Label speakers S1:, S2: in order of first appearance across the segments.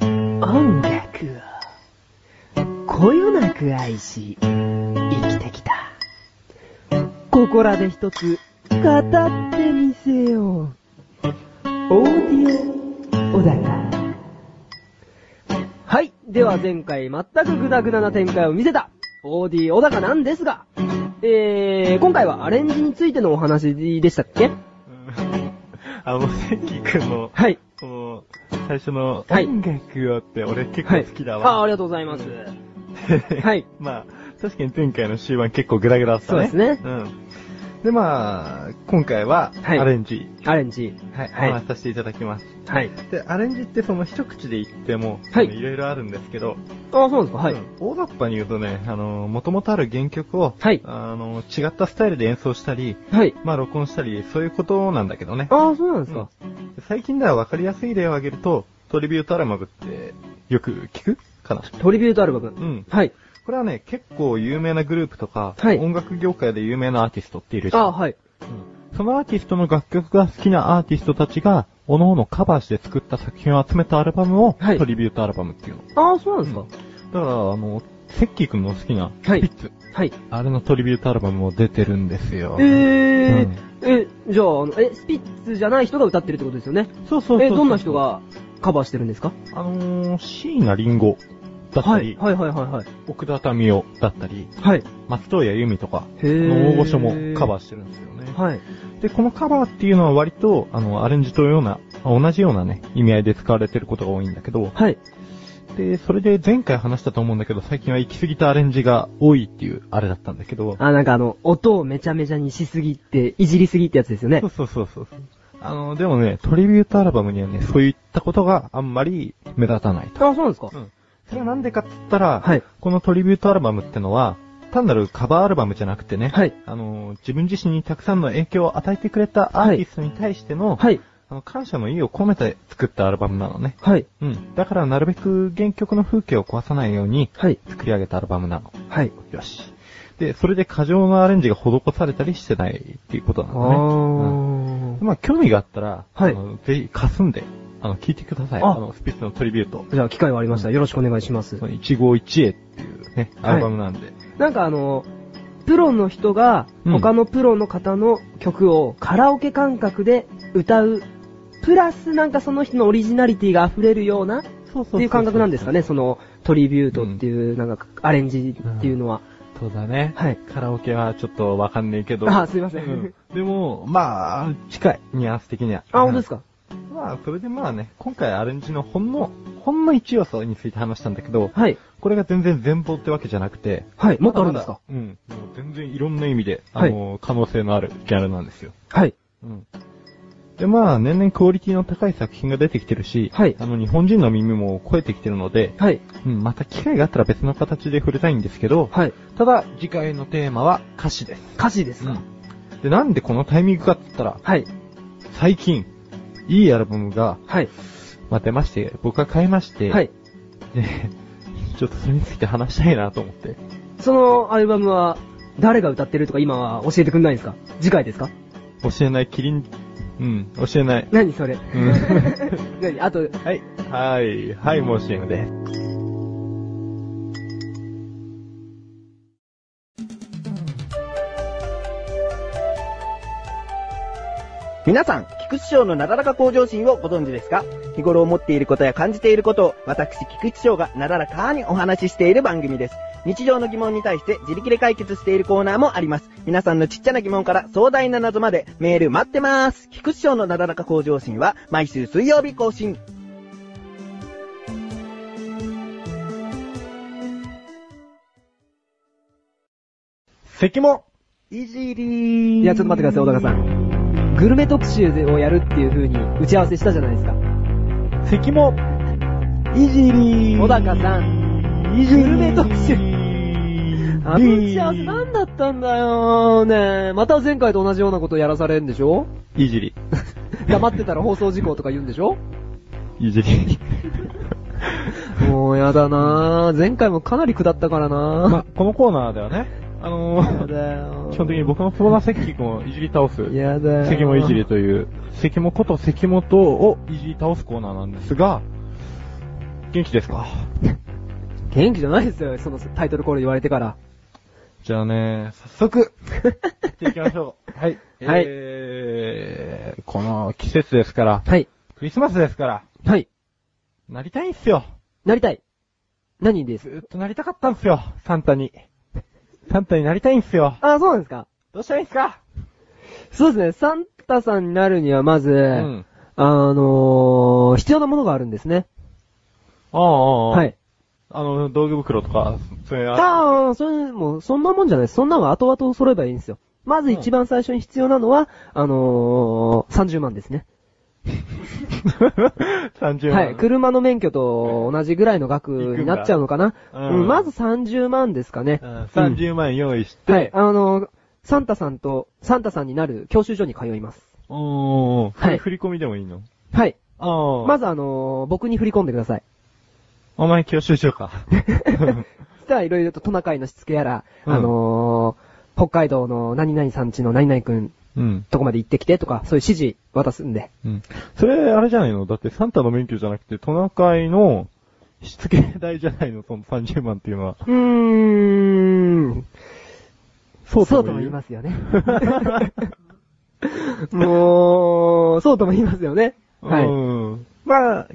S1: 音楽を、こよなく愛し、生きてきた。ここらで一つ、語ってみせよう。オーディオ、小高。はい。では前回全くグダグダな展開を見せた、オーディオ小高なんですが、えー、今回はアレンジについてのお話でしたっけ
S2: あ、もう、セッキーくんの、
S1: はい。
S2: この、最初の、
S1: はい
S2: 音楽をって俺結
S1: は
S2: 構
S1: い。
S2: 好きだ
S1: あ、
S2: わ。
S1: ありがとうございます。 はい。
S2: まあ、確かに前回の終盤結構グラグラだったね。
S1: そうですね
S2: うん。で、まあ、今回は、
S1: はい
S2: アレンジ。
S1: アレンジ。
S2: はい。
S1: はい
S2: お話しさせていただきます。
S1: はい。
S2: で、アレンジってその一口で言っても、
S1: はい
S2: あのいろいろあるんですけど、
S1: あ、そうなんですかはい。
S2: うん大雑把に言うとね、あの、元々ある原曲を、
S1: はい
S2: あの、違ったスタイルで演奏したり、
S1: はい。
S2: まあ、録音したり、そういうことなんだけどね。
S1: あ、そうなんですか
S2: 最近では分かりやすい例を挙げると、トリビュートアルバムってよく聞くかな。
S1: トリビュートアルバム。
S2: うん。
S1: はい。
S2: これはね、結構有名なグループとか、
S1: はい
S2: 音楽業界で有名なアーティストっているじゃん。
S1: あ、はい。
S2: そのアーティストの楽曲が好きなアーティストたちが、各々カバーして作った作品を集めたアルバムを、
S1: はい
S2: トリビュートアルバムっていうの。
S1: あ、そうなんですか
S2: だから、あの、セッキー君の好きな、ピ
S1: はい
S2: ッツ、
S1: はい。
S2: あれのトリビュートアルバムも出てるんですよ。
S1: えー、え、じゃあ、あの、え、スピッツじゃない人が歌ってるってことですよね。
S2: そうそうそうそう。
S1: え、どんな人がカバーしてるんですか
S2: あのー、椎名林檎だった
S1: は
S2: り
S1: い。、はいはいはいはい。
S2: 奥田民生だったり、
S1: はい。
S2: 松任谷由実とか、
S1: へー
S2: の大御所もカバーしてるんですよね。
S1: はい。
S2: で、このカバーっていうのは割と、あの、アレンジとような、同じようなね、意味合いで使われてることが多いんだけど、
S1: はい。
S2: で、それで前回話したと思うんだけど、最近は行き過ぎたアレンジが多いっていうあれだったんだけど、
S1: あ、なんかあの、音をめちゃめちゃにしすぎて、いじりすぎってやつですよね
S2: そう。そうそうそう。あの、でもね、トリビュートアルバムにはね、そういったことがあんまり目立たない
S1: あ、
S2: と。
S1: そうなんですか
S2: うん。それはなんでかっつったら、
S1: はい
S2: このトリビュートアルバムってのは、単なるカバーアルバムじゃなくてね、
S1: はい
S2: あの、自分自身にたくさんの影響を与えてくれたアーティストに対しての、
S1: はい。
S2: あの感謝の意を込めて作ったアルバムなのね。
S1: はい。
S2: うん。だからなるべく原曲の風景を壊さないように
S1: はい。
S2: 作り上げたアルバムなの。
S1: はい。
S2: よし。で、それで過剰なアレンジが施されたりしてないっていうことな
S1: あ
S2: のね。
S1: ー。
S2: まあ、興味があったら、
S1: はい
S2: あのぜひ、霞んで、あの、聞いてください。
S1: あ
S2: あの、スピッツのトリビュート。
S1: じゃあ、機会はありました。よろしくお願いします
S2: そ。の一期一会っていうね、
S1: はい
S2: アルバムなんで。
S1: なんかあの、プロの人が、
S2: うん
S1: 他のプロの方の曲をカラオケ感覚で歌う、プラスなんかその人のオリジナリティが溢れるような、っ
S2: そう
S1: ていう感覚なんですかね、。そのトリビュートっていう、なんかアレンジっていうのは。
S2: そうだね。
S1: はい。
S2: カラオケはちょっとわかんねえけど。
S1: あ、すいませ
S2: うん
S1: ん。
S2: でも、まあ、近い。ニュアンス的には。
S1: あ、本当ですか
S2: まあ、それでまあね、今回アレンジのほんの、ほんの一要素について話したんだけど、
S1: はい。
S2: これが全然全貌ってわけじゃなくて、
S1: はい。もっとあるんです
S2: ま
S1: か
S2: だまだうん。もう全然いろんな意味で、
S1: はい
S2: あの、可能性のあるジャンルなんですよ。
S1: はい。
S2: うん。で、まあ、年々クオリティの高い作品が出てきてるし、
S1: はい
S2: あの、日本人の耳も超えてきてるので、
S1: はい。
S2: うん、また機会があったら別の形で触れたいんですけど、
S1: はい。
S2: ただ、次回のテーマは歌詞です。
S1: 歌詞ですか
S2: うんで、なんでこのタイミングかって言ったら、
S1: はい。
S2: 最近、いいアルバムが、
S1: はい。
S2: まあ、出まして、僕が買いまして、
S1: はい。
S2: で、ちょっとそれについて話したいなと思って。
S1: そのアルバムは、誰が歌ってるとか今は教えてくんないんですか次回ですか
S2: 教えない、キリン、うん、教えない。
S1: 何それ
S2: うん
S1: 何あと、
S2: はい、はい、はい、もう CM です。
S3: 皆さん、菊池師匠のなだらか向上心をご存知ですか日頃思っていることや感じていることを、私、菊池師匠がなだらかにお話ししている番組です。日常の疑問に対して自力で解決しているコーナーもあります。皆さんのちっちゃな疑問から壮大な謎までメール待ってます。菊池師匠のなだらか向上心は毎週水曜日更新。
S2: 関も、いじり
S1: いや、ちょっと待ってください、小高さん。グルメ特集をやるっていう風に打ち合わせしたじゃないですか。
S2: ん。関も、いじり
S1: 小高さん。
S2: いじり
S1: グルメ特集あの打ち合わせ
S2: ん
S1: 何だったんだよねえ。また前回と同じようなことやらされるんでしょ
S2: いじり。
S1: 黙ってたら放送事故とか言うんでしょ
S2: いじり。
S1: もうやだなぁ。前回もかなり下ったから
S2: まあ
S1: な、
S2: このコーナーではね、あの
S1: ぁ。や
S2: ー、
S1: だよ。
S2: 基本的に僕の相談関君をいじり倒す。
S1: やだよ。
S2: 関もいじりという、関もこと関本をいじり倒すコーナーなんですが、元気です か
S1: 元気じゃないですよ、そのタイトルコール言われて から。
S2: じゃあね、早速、行っていきましょう。はい。
S1: はい
S2: えー、この季節ですから、
S1: はい。
S2: クリスマスですから、
S1: はい。
S2: なりたいんすよ。
S1: なりたい。何です
S2: ずーっとなりたかったんすよ、サンタに。サンタになりたいんすよ。
S1: あ、そうなんですか
S2: どうしたらいいんすか
S1: そうですね、サンタさんになるにはまず、
S2: うん。
S1: あのー、必要なものがあるんですね。
S2: ああ、ああ
S1: は。い。
S2: あの、道具袋とか、そういう や
S1: ああ、それ、もう、そんなもんじゃないです。そんなのは後々揃えばいいんですよ。まず一番最初に必要なのは、あのー、30万ですね。
S2: つ。30万。
S1: はい。車の免許と同じぐらいの額になっちゃうのかな。
S2: いくんだうん
S1: うんまず30万ですかね。
S2: うん30万用意して、
S1: はい。あのー、サンタさんと、サンタさんになる教習所に通います。
S2: おー、
S1: は
S2: はいい、振り込みでもいいの
S1: はい。
S2: ああ。
S1: ま
S2: ず、
S1: ずあのー、僕に振り込んでくだ さい。
S2: お前教習所 か。
S1: じゃあ、いろいろとトナカイのしつけやら、
S2: うん
S1: あのー、北海道の何々さんちの何々くん
S2: うん。
S1: とこまで行ってきてとか、そういう指示渡すんで。
S2: うん。それ、あれじゃないのだってサンタの免許じゃなくて、トナカイの、しつけ代じゃないのその30万っていうのは。。
S1: うーん。そうとも言いますすよね。 もう、そうとも言いますよね。は
S2: う
S1: い。
S2: ん。まあ、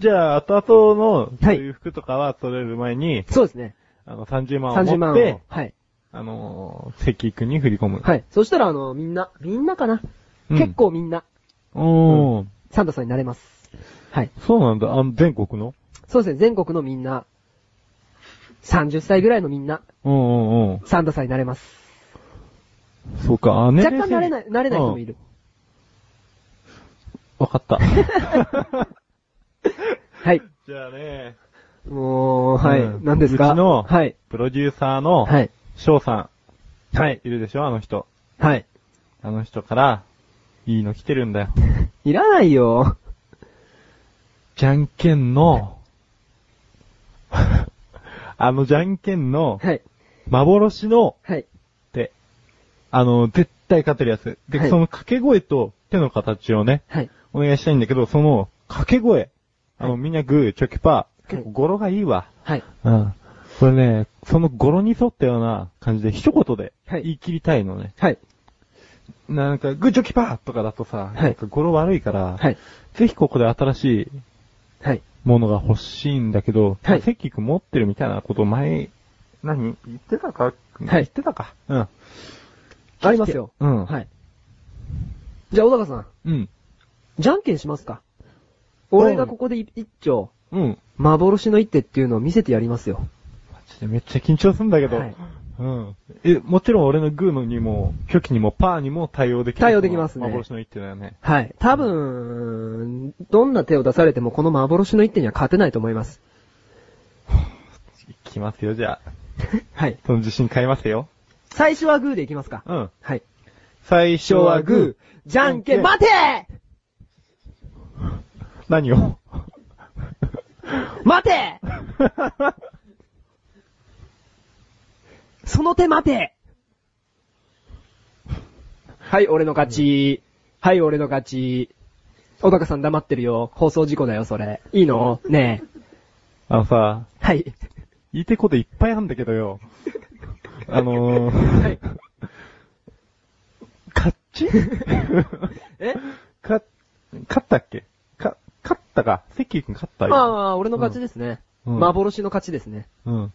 S2: じゃあ、後々の、そう
S1: はい
S2: いう服とかは取れる前に、
S1: そうですね。
S2: あの、30万を
S1: 30
S2: 持
S1: 万
S2: って
S1: を。、はい。
S2: あのー、関君に振り込む。い。
S1: はい。そしたら、あの、みんな、みんなかな。
S2: うん
S1: 結構みんな、
S2: おー、
S1: サンタさんになれます。はい。
S2: そうなんだ。あの、全国の
S1: そうですね、全国のみんな、30歳ぐらいのみんな、
S2: うんうんうん。
S1: サンタさんになれます。
S2: そうか、あ、ね。
S1: 若干なれない、なれない人もいる。
S2: うん。わか った。
S1: はい。
S2: じゃあね、
S1: もう、はい。
S2: うん
S1: 何ですか
S2: うちの
S1: はい。
S2: プロデューサーの、
S1: はい。
S2: 翔さん。
S1: はい。
S2: いるでしょあの人。
S1: はい。
S2: あの人から、いいの来てるんだよ。
S1: いらないよ。
S2: じゃんけんの、 あのじゃんけんの、
S1: はい。
S2: 幻の
S1: はい。
S2: 手。あの、絶対勝てるやつ。で、
S1: はい
S2: その掛け声と手の形をね、
S1: はい。
S2: お願いしたいんだけど、その掛け声。あの、みんなグー、チョキパー。
S1: はい
S2: 結構語呂がいいわ。
S1: はい。
S2: うん。これね、その語呂に沿ったような感じで一言で
S1: はい
S2: 言い切りたいのね。
S1: はい。
S2: なんか、グーチョキパーとかだとさ、
S1: い
S2: なんか語呂悪いから、
S1: はい。
S2: ぜひここで新しい
S1: はい。
S2: ものが欲しいんだけど、
S1: はい
S2: 関君持ってるみたいなこと前、何言ってたか、言ってたか。うん。
S1: ありますよ。
S2: うん
S1: はい。じゃあ、小高さん、
S2: うん。
S1: じゃんけんしますか。俺がここでい一丁、
S2: うん。
S1: 幻の一手っていうのを見せてやりますよ。
S2: マジでめっちゃ緊張するんだけど、
S1: はい
S2: うん。え、もちろん俺のグーのにも、虚キにもパーにも対応できる。
S1: 対応できますね
S2: 幻の一手だよね。
S1: はい。多分、どんな手を出されてもこの幻の一手には勝てないと思います。
S2: いきますよ、じゃあ。
S1: はい。
S2: その自信変えますよ。
S1: 最初はグーでいきますか。
S2: うん。
S1: はい。
S2: 最初はグ
S1: ー。じゃんけん、待て
S2: ー。何を
S1: 待てその手待てはい、俺の勝ち。はい、俺の勝ち。小高さん黙ってるよ。放送事故だよ、それ。いいのねえ。
S2: あのさ、
S1: はい。
S2: 言いたいこといっぱいあるんだけど よ。あのー、
S1: はい
S2: カッ チ
S1: え
S2: か、勝ったっけか、勝ったか関君勝った
S1: まあまあ、俺の勝ちですね。
S2: うん
S1: 幻の勝ちですね。
S2: うん。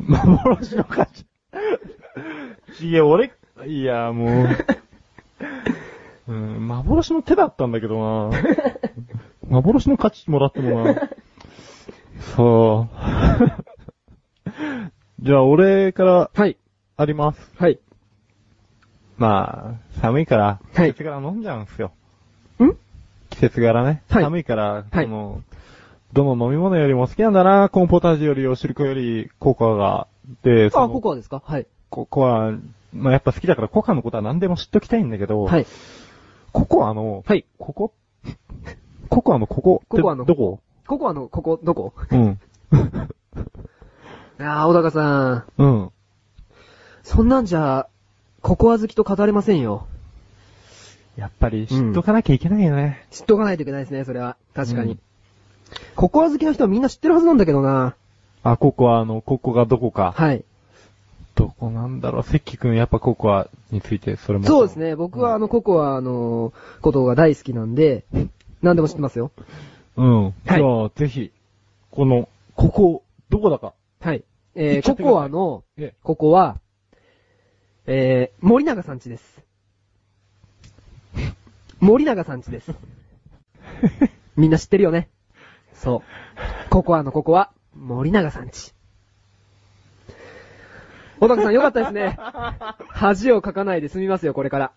S2: 幻の勝ち。いや、俺、いや、もう、うん、幻の手だったんだけどな幻の勝ちもらってもなそう。じゃあ、俺から
S1: はい。
S2: あります。
S1: はい。
S2: まあ、寒いから、
S1: は
S2: 季
S1: い
S2: 節柄飲んじゃうんすよ。
S1: ん
S2: 季節柄ね。
S1: はい
S2: 寒いから、
S1: はい
S2: その、どの飲み物よりも好きなんだな、コーンポタージュより、おしるこより、ココアが。で、そ
S1: あ、
S2: の
S1: ここはですかはい。
S2: ココア、まあやっぱ好きだからココアのことは何でも知っときたいんだけど、
S1: はい。
S2: ココアの、
S1: はい。
S2: ここ ココアのここって
S1: ココアの
S2: どこ
S1: ここはあの、ここ、どこ
S2: うん。
S1: あー、小高さん。
S2: うん。
S1: そんなんじゃ、ココア好きと語れませんよ。
S2: やっぱり知っとかなきゃいけないよね。
S1: 知っとかないといけないですね、それは。確かに。ココア好きの人はみんな知ってるはずなんだけどな。
S2: あ、ココアあの、ここがどこか。
S1: はい。
S2: どこなんだろう。関君やっぱココアについて、それも。
S1: そうです。ね。僕はあの、ココアのことが大好きなんで、何でも知ってますよ。
S2: うん。じゃあ、ぜひ、この、ここ、どこだか。
S1: はい。
S2: 言
S1: え
S2: っ
S1: ー、
S2: ちゃっ
S1: コ
S2: てください
S1: コアの、
S2: え、
S1: ここは、えー、森永さんちです。森永さんちです。みんな知ってるよね。そう。ココアのここは、森永さんち。小高さんよかったです ね。恥をかかないで済みますよ、これから。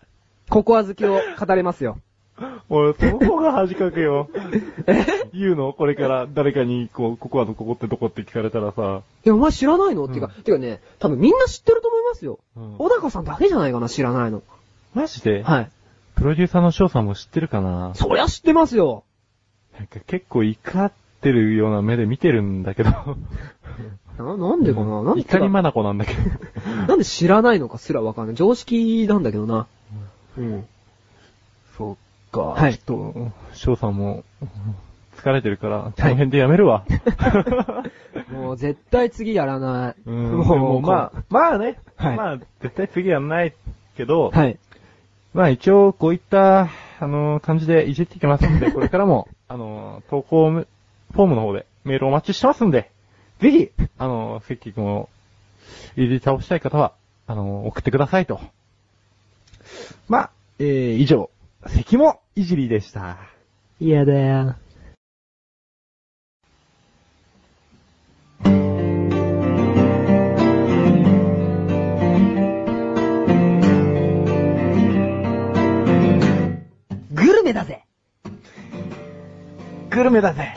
S1: ココア好きを語れます よ。
S2: 俺、その方が恥かくよ。
S1: え
S2: 言うのこれから誰かに、こう、ここはどこってどこって聞かれたらさ。
S1: え、お前知らないの、っていうか、てかね、多分みんな知ってると思いますよ。
S2: うん
S1: 小高さんだけじゃないかな、知らないの。
S2: マジで
S1: はい。
S2: プロデューサーの翔さんも知ってるかな
S1: そりゃ知ってますよ。
S2: なんか結構怒ってるような目で見てるんだけど。
S1: な、なんでかな、なんで
S2: 怒り
S1: か、
S2: まなこなんだけど。
S1: なんで知らないのかすらわかんない。常識なんだけどな。うん。
S2: そうか。
S1: はい
S2: ちょっと、翔さんも、うん疲れてるから、この辺でやめるわ。
S1: もう絶対次やらない。
S2: うん、でもまあ、まあね、
S1: はい
S2: まあ、絶対次はないけど、
S1: はい。
S2: まあ一応こういった、あのー感じでいじっていきますん で、これからも、あのー投稿フォームの方でメールお待ちしてますんで、ぜひ、あのー、関君をいじり倒したい方は、あのー送ってくださいと。まあ、えー、以上、関もいじりでした。
S1: 嫌だよ。グルメだぜ
S2: グルメだぜ。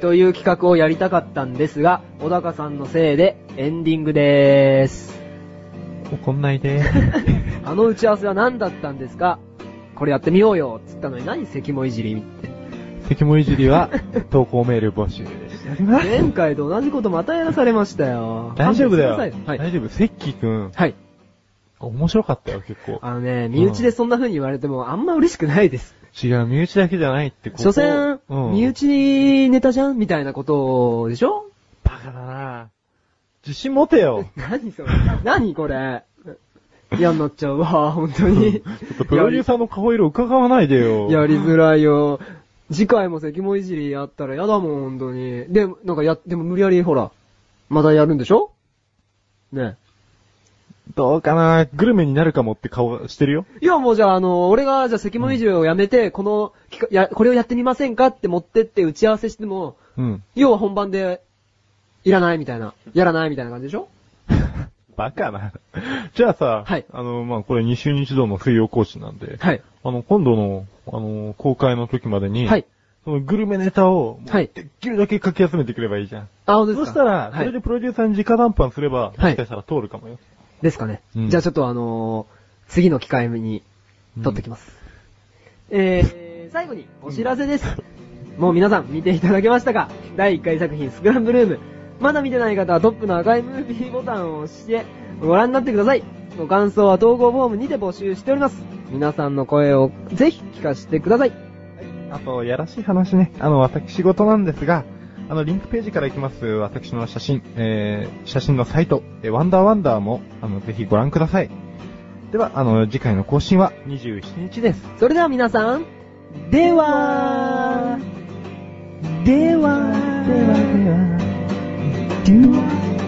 S1: という企画をやりたかったんですが、小高さんのせいでエンディングでーす。
S2: 怒んない で。
S1: あの打ち合わせは何だったんですかこれやってみようよっつったのに何関もいじりって。
S2: 関もいじりは、投稿メール募集しております。
S1: 前回と同じことまたやらされましたよ。
S2: 大丈夫だよ。
S1: 勘弁してくさいはい。
S2: 大丈夫。関君、
S1: はい。
S2: 面白かったよ、結構。
S1: あのね、身内でそんな風に言われてもあんま嬉しくないです。
S2: 違う、身内だけじゃないってこと。
S1: 所詮、
S2: うん
S1: 身内ネタじゃんみたいなことでしょ。
S2: バカだな自信持てよ
S1: 何それ何これ嫌になっちゃうわ、本当に。
S2: ちょっとプロデューサーの顔色伺わないでよ。
S1: やりづらいよ。次回も関もいじりやったらやだもん、本当に。で、なんかや、でも無理やりほら、まだやるんでしょね
S2: どうかなグルメになるかもって顔してるよ。
S1: え。いや、もうじゃあ、あの、俺が、じゃあ関もいじりをやめて、この企画、や、これをやってみませんかって持ってって打ち合わせしても、
S2: うん。
S1: 要は本番で、いらないみたいな、やらないみたいな感じでしょ
S2: バカな。じゃあさ、
S1: はい
S2: あの、まあ、これ2週に一度の水曜講師なんで、
S1: はい。
S2: あの、今度の、あの、公開の時までに、
S1: はい。
S2: そのグルメネタを、
S1: はい
S2: できるだけかき集めてくればいいじゃん。
S1: あ、本当です
S2: そ
S1: か
S2: したら、
S1: は
S2: それで
S1: い。
S2: プロデューサーに直談判すれば、
S1: い
S2: もしかしたら通るかもよ。
S1: ですかね。
S2: うん
S1: じゃあちょっとあのー次の機会に、撮ってきます。えー、最後にお知らせです。もう皆さん見ていただけましたか第1回作品スクランブルーム。まだ見てない方はトップの赤いムービーボタンを押してご覧になってください。ご感想は投稿フォームにて募集しております。皆さんの声をぜひ聞かせてください。
S2: あと、やらしい話ね。あの、私事なんですが、あの、リンクページから行きます、私の写真、えー、写真のサイト、えーワンダーワンダーも、あの、ぜひご覧ください。では、あの、次回の更新は27日です。
S1: それでは皆さん、では、では、では、では、